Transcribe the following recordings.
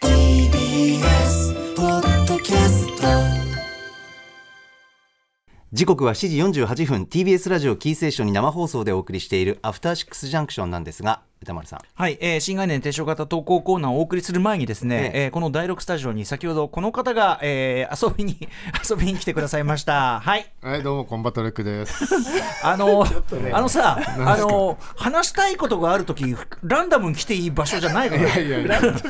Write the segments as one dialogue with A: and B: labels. A: TBS ポッドキャスト
B: 時刻は7時48分 TBS ラジオキーステーションに生放送でお送りしているアフターシックスジャンクションなんですが歌丸さん
C: はい、えー新概念提唱型投稿コーナーをお送りする前にですね、えーこの第6スタジオに先ほどこの方が、えー遊びに 遊びに来てくださいました。はい。
D: はい、どうも、コンバトレッ クです。
C: あ の、あのさ、あの、話したいことがあるとき、ランダムに来ていい場所じゃないか
D: い
C: ら
D: や。いやいや、いや、今日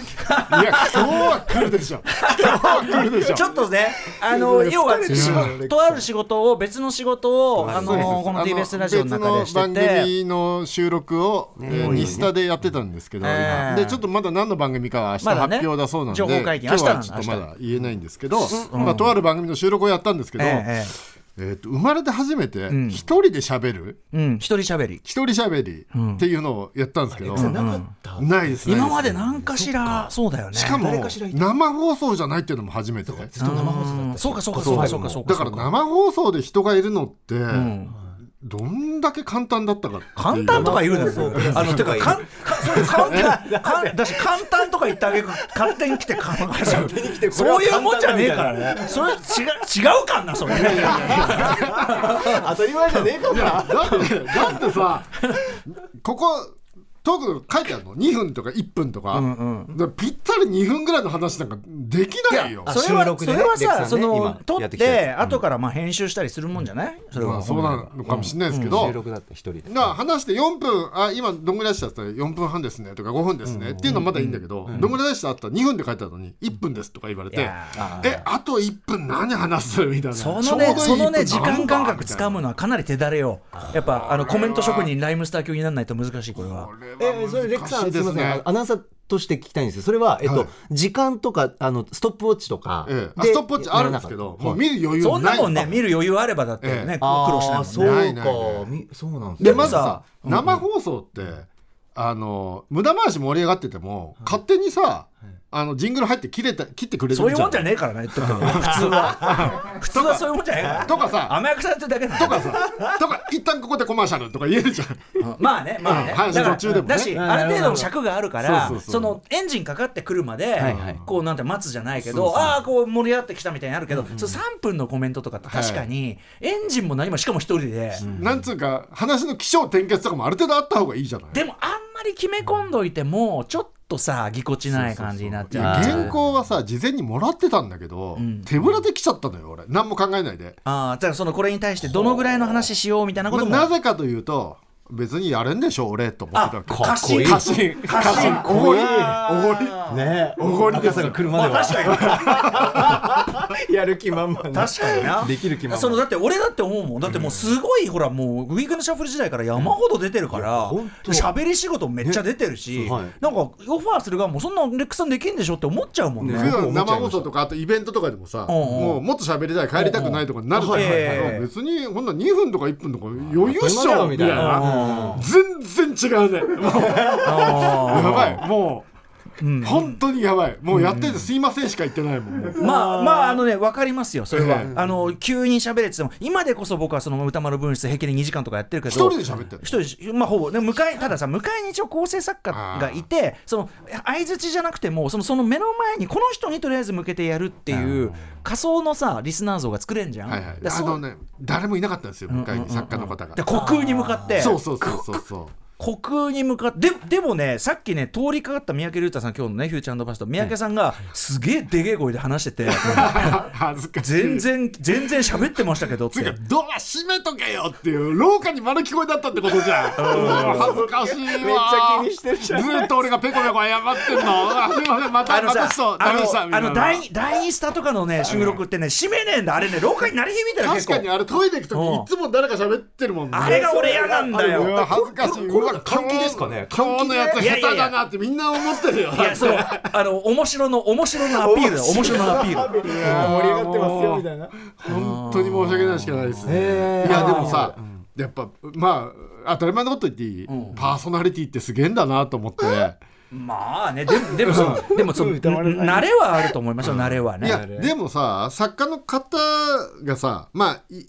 D: は来るでしょ。今日は来るでしょ。
C: ちょっとね、あの、要は、
D: でしょ
C: とある仕事を、別の仕事を、あ
D: そうです
C: の、この TBS ラジオの中でし
D: あ
C: て
D: の別の番
C: て、
D: 組の収録を、えー日スタでやってたんですけど、
C: ええ
D: 今でちょっとまだ何の番組かは明日
C: まだね
D: 発表だそうなんで、
C: 情報会見
D: 今日
C: 明日な
D: は
C: んだ
D: ちょっとまだ言えないんですけど、まあ、とある番組の収録をやったんですけど、
C: ええ
D: え
C: え
D: ーと生まれて初めて
C: ん
D: 一人で喋る、
C: えうん、一人喋り。
D: 一人喋りっていうのをやったんですけど、
E: なかった、
D: ないですね。
C: 今まで何かしら、そうだよね。
D: しかも
E: 誰かしらいた
D: 生放送じゃないっていうのも初めて。
E: ずっと生放送だった
C: そうか、そうか、そうか、そうか、そうか。
D: だから生放送で人がいるのって、どんだけ簡単だったかっていう
C: 簡単とか言うなよ。あの、てか、かん、か そう簡単、かん、だし、簡単とか言ってあげる勝手に来て、かん、勝手に来て、そういうもんじゃねえからね。それ、違う、違うかんな、それ。
E: 当たり前じゃ ねえか
D: いやだってだってさここトークの書いてあるの2分とか1分とか,、だからぴったり2分ぐらいの話なんかできないよ
C: いやそれは、
E: 収録
C: そ
E: でね
C: れはさ、
E: レクさんね
C: その
B: 今、
C: 撮
B: やっ
C: っ
B: てきたやつ
C: て、後から、まあ、編集したりするもんじゃない。それ
D: まあ
C: は。
D: そうなのかもしれないですけど、
B: 収録だった一人で
D: な話して4分あ今どんぐらいでしたって言ったら4分半ですねとか5分ですね、っていうのはまだいいんだけど、どんぐらいでしたって言ったら2分で書いてあるのに1分ですとか言われて、
C: いや
D: えあと1分何話すみたいな
C: そ
D: ちょ
C: のね、
D: うどいい一
C: そのね、
D: 分
C: 時
D: な
C: 間
D: んだ
C: 感覚つかむのはかなり手だれよ。やっぱ、あの、コメント職人、ライムスター級にならないと難しい、これは。
D: みたいな
E: えそれレックさ
D: 難し
E: ん
D: い
E: す
D: で
E: みますせん
D: ね
E: あアナウンサーとして聞きたいんですよそれは、えっと時間とかあのストップウォッチとか、
D: ええあ
E: で
D: ストップウォッチあるんですけど、もう見る余裕ない
C: そんなもんね、見る余裕あれば、だって
D: え
C: ね、
D: え
C: 苦
B: あー
C: 労しないもんね。
D: ない
E: そう
D: ない
E: かみそうなんです
D: で
E: ね
D: まずさ、生放送って、あの無駄回し盛り上がってても、勝手にさあのジングル入って切れた切ってくれる
C: そういうもんじ
D: じゃ
C: ゃ
D: ん
C: ねえからね、言っとくけど、普通 は。普通はそういうもんじゃねえから。
D: とかさ
C: 甘やかされてるだけだ
D: とかさとか一旦ここでコマーシャルとか言えるじゃん
C: まあね、まあね。
D: うん話
C: だから
D: 途中でもね
C: だし、ある程度の尺があるから
D: そうそ、うそう
C: そのエンジンかかってくるまで
B: はいはい、
C: こうなんて待つじゃないけど、ああ、こう盛り上がってきたみたいになるけど、その3分のコメントとかって確かに、エンジンも何も、しかも一人で。
D: なんつうか話の起承転結とかもある程度あった方がいいじゃない
C: でも、あんまり決め込んどいても、ちょっとさ、ぎこちない感じになっ
D: い
C: ちゃう。
D: や原稿はさ事前にもらってたんだけど、手ぶらで来ちゃったのよ俺何も考えないで、
C: ああ、だからそのこれに対してどのぐらいの話しようみたいなことも。
D: なぜかというと別にやれんでしょ俺と思ってたわけ
C: 過信
D: 過信過信おごりおごり
B: ねおごりですが来るまでは やる気満々な
C: 確かにな
B: できる気満々
C: そのだって俺だって思うもんだってもうすごい、ほらもうウィークのシャッフル時代から山ほど出てるから
B: 本当
C: 喋、り仕事めっちゃ出てるし、
B: ねはい
C: なんかオファーする側もそんなレックさんできんでしょって思っちゃうもんね。
D: 普段生放送とかあとイベントとかでもさ、
C: んうん
D: もうもっと喋りたい帰りたくないとかになるじゃない、
C: うんうんはいはいはい
D: 別にこんな2分とか1分とか余裕っし
B: 当たり前だ
D: ょ
B: ろ
D: み
B: み
D: た
B: た
D: い
B: い
D: な全然違うねもうやばいもう、本当にやばいもうやっててすいませんしか言ってないもん、もう
C: まあまああのね分かりますよそれは、
D: ええ
C: あの急に喋れてても今でこそ僕はその歌丸分室平気で2時間とかやってるけど
D: 一人で喋ってる
C: 一人でまあほぼで向かいたださ向かいに一応構成作家がいてその相づちじゃなくてもそのその目の前にこの人にとりあえず向けてやるっていう仮想のさリスナー像が作れんじゃん、
D: はいはい
C: で
D: あ
C: そ
D: のね誰もいなかったんですよ向かいに作家の方が、
C: で虚空に向かって
D: そうそうそうそう そう
C: 虚空に向かってででもねさっきね通りかかった三宅龍太さん今日のねフューチャーバスと三宅さんがすげえでげえ声で話して て
D: 恥ずかしい
C: 全然全然喋ってましたけどっ
D: つうか
C: て。
D: ドア閉めとけよっていう廊下に丸聞こえだったってことじゃん恥ずかしいわめっちゃ気にしてるじゃんずっと俺がペコペコ謝ってんのあすいませんま
C: あ
D: た
C: の
D: ま
C: さ
D: たそう
C: あ
D: ダメでした
C: の
D: みた
C: あ
D: いな
C: の第二第二スタとかのね収録ってね閉めねえんだあれね廊下に鳴り響いたら
D: 確
C: 結
D: かに
C: 構
D: あれトイレ行く時いつも誰か喋ってるもんね
C: あれが俺嫌なんだ
D: う
C: よ
D: わ恥ずかしい
C: ここ
D: は今
E: 換気
D: 日
E: ですかね
D: 今日のやつ
C: 換気ね
D: 下手だなってみんな思ってるよ
C: いやそうあの面白の面白のアピールだよ面白のアピール
E: 盛り上がってますよみたいな
D: 本当に申し訳ないしかないですね。いやでもさ、やっぱまあ当たり前のこと言っていい、パーソナリティってすげえんだなと思って。
C: まあねでもでもそうでもそう慣れはあると思いますよ慣れはね
D: いやでもさ作家の方がさまあい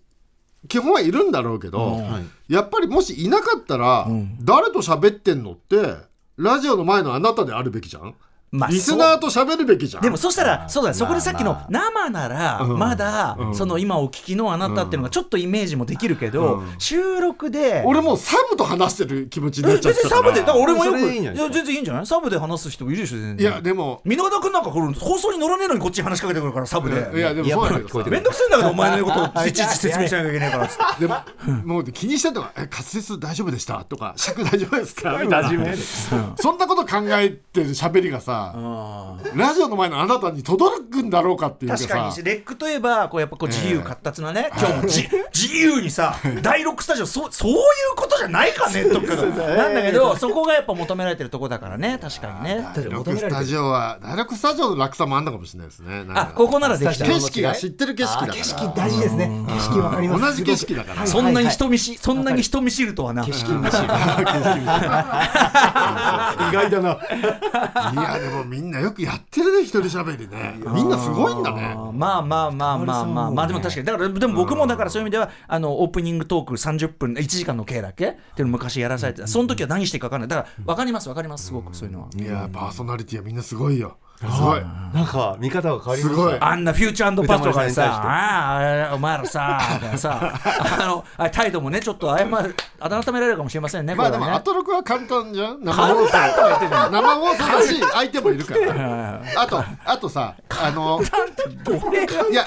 D: 基本はいるんだろうけど、やっぱりもしいなかったら、誰と喋ってんのってラジオの前のあなたであるべきじゃん、
C: まあ
D: リスナーと喋るべきじゃん
C: でもそしたらそうだそこでさっきの生ならまだその今お聞きのあなたっていうのがちょっとイメージもできるけど収録で
D: 俺もうサブと話してる気持ちになっ
C: え
D: ちゃっ
C: 全
D: て
C: 然
D: たか
C: サブ
D: ら
C: でだから俺もよく
E: それでいい
C: い
E: んじゃ
C: や
E: ないですか
C: 全然いいんじゃないサブで話す人もいるでしょ全
D: い
C: 然
D: やでも
C: 箕田君なんかこれ放送に乗らねえのにこっちに話しかけてくるからサブで
D: いやでもそうなんだけどさ
C: めんどくせえんだけどお前の言うことをいちいち説明しなきゃいけないからっつって
D: でももう気にしてたのが「え滑舌大丈夫でした?」とか「尺大丈夫ですか?」みたいなそんなこと考えてる喋りがさラジオの前のあなたに届くんだろうかっていうか
C: 確か
D: さ
C: にレックといえばこうやっぱこう自由闊達なね、今日もじ自由にさ第6スタジオそそういうことじゃないか ねとかなんだけどそこがやっぱ求められてるとこだからね確かにね
D: ロックスタジオは大学スタジオの楽さもあんのかもしれないですねなんか
C: あここならできた
D: 景色が知ってる景色だから
E: 景色大事ですね景色わかります
D: 同じ景色だから
C: そんなに人見知そんなに人見知るとはな
E: 景色見知る意外だない
D: やでもみんなよくやってるね一人喋りねみんなすごいんだね
C: あーまあまあまあまあまあまあでも確かにだからでも僕もだからそういう意味ではあのオープニングトーク30分1時間の計だっけっていうの昔やらされてたその時は何していいか分かんないだから分かります分かりますすごくそういうのはい
D: やパーソナリティはみんなすごいよすごい
E: なんか見方が変わり
D: す
E: ま
D: ごい
E: し
C: あんなフューチャーパスとかでさ、
E: 歌丸さんに対して
C: ああ、お前らさ、みたいなさ、あの、あ態度もね、ちょっと謝る、改められるかもしれませんね、
D: まあ
C: こ
D: で
C: れは
D: も
C: ね
D: アトロクは簡単じゃん生放送生放送だし相手もいるからあとあとさあのいや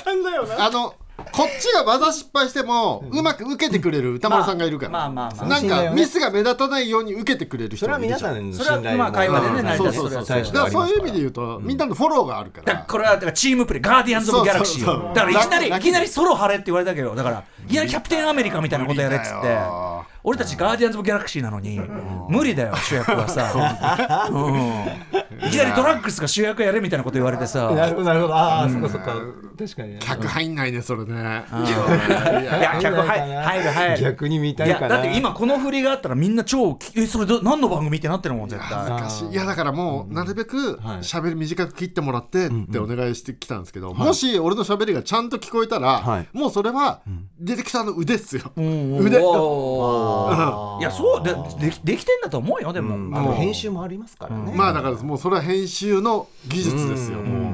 D: あのこっちが技失敗してもうまく受けてくれる歌丸さんがいるか
C: まあ
D: ら
C: まあまあ
D: なんかミスが目立たないように受けてくれる
E: たそ
D: 人
E: れ
D: が
E: はい
D: る
E: 皆
D: じゃ
E: さ
D: ん
E: んの
C: それは
E: 信頼
C: まあ会話でね成り
D: そ
C: 立
D: う
C: つ
D: そうそう
E: 最
D: だ
E: 初
D: からそういう意味で言うとみんなのフォローがあるか
C: だから
D: ら
C: これはだからチームプレー、ガーディアンズ・オブ・ギャラクシー
D: そう
C: よ
D: そうそう
C: だからいきなり、
D: ラ
C: い
D: ッキー
C: きなりソロ張れって言われたけど、だから、いきなりキャプテンアメリカみたいなことやれっつっ
D: 無理
C: て
D: だよ、
C: 俺たちガーディアンズ・オブ・ギャラクシーなのに、無理だよ、主役はさ。うんいきなりドラッグスが主役やれみたいなこと言われて
E: な
C: さ。
E: るほどなるほどああそっかそっか確かにね
D: 客入んないねそれね
C: いや、客入る、入る、入る。
E: 逆に見た
C: い
E: い
C: や
E: かな
C: だって今この振りがあったらみんな超きえそれど何の番組ってなってるもん絶対
D: 難しいいやだからもうなるべく喋り短く切ってもらってってお願いしてきたんですけど、もし俺の喋りがちゃんと聞こえたら、
E: はい
D: もうそれはディレクターの腕っすよ、腕
C: おーいやそうでできできてんだと思うよでも、
E: あの編集もありますからね
D: まあだからもうそれは編集の技術ですよ、も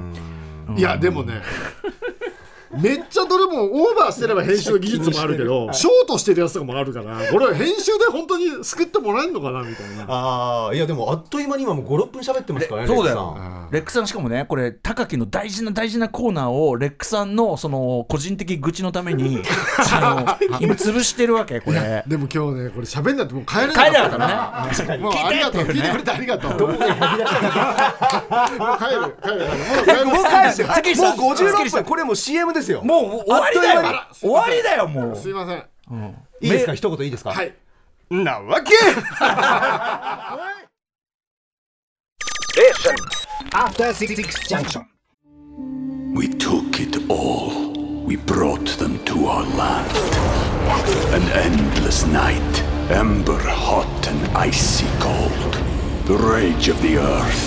D: ういやでも ねめっちゃどれもオーバーしてれば編集の技術もあるけどショートしてるやつとかもあるからこれは編集で本当に救ってもらえるのかなみたいな
E: ああいやでもあっという間に今もう56分喋ってますからね
C: そうだ
E: レックさん
C: よレックさんしかもねこれ高木の大事な大事なコーナーをレックさんのその個人的愚痴のため にあの今潰してるわけこれ
D: でも今日ねこれ喋んなってもう帰れな
C: 帰
D: かっ
C: れなかっ
D: たか
C: た
D: ら
C: からね
D: もうありがとう、聞いてくれてありがとう。もう帰る、帰る、帰る。もう帰る。
E: もう返して
C: すっきりした
E: もう
C: すっきり
E: 56
C: した
E: 分これもう CM ですよ
C: もう終わりだよ
E: あっという間
C: 終わりだよもう
D: すいません。
E: いいですか一言いいですか
D: はい。
E: なわけ
F: We took it all. We brought them to our land. An endless night, ember hot and icy cold. The rage of the earth.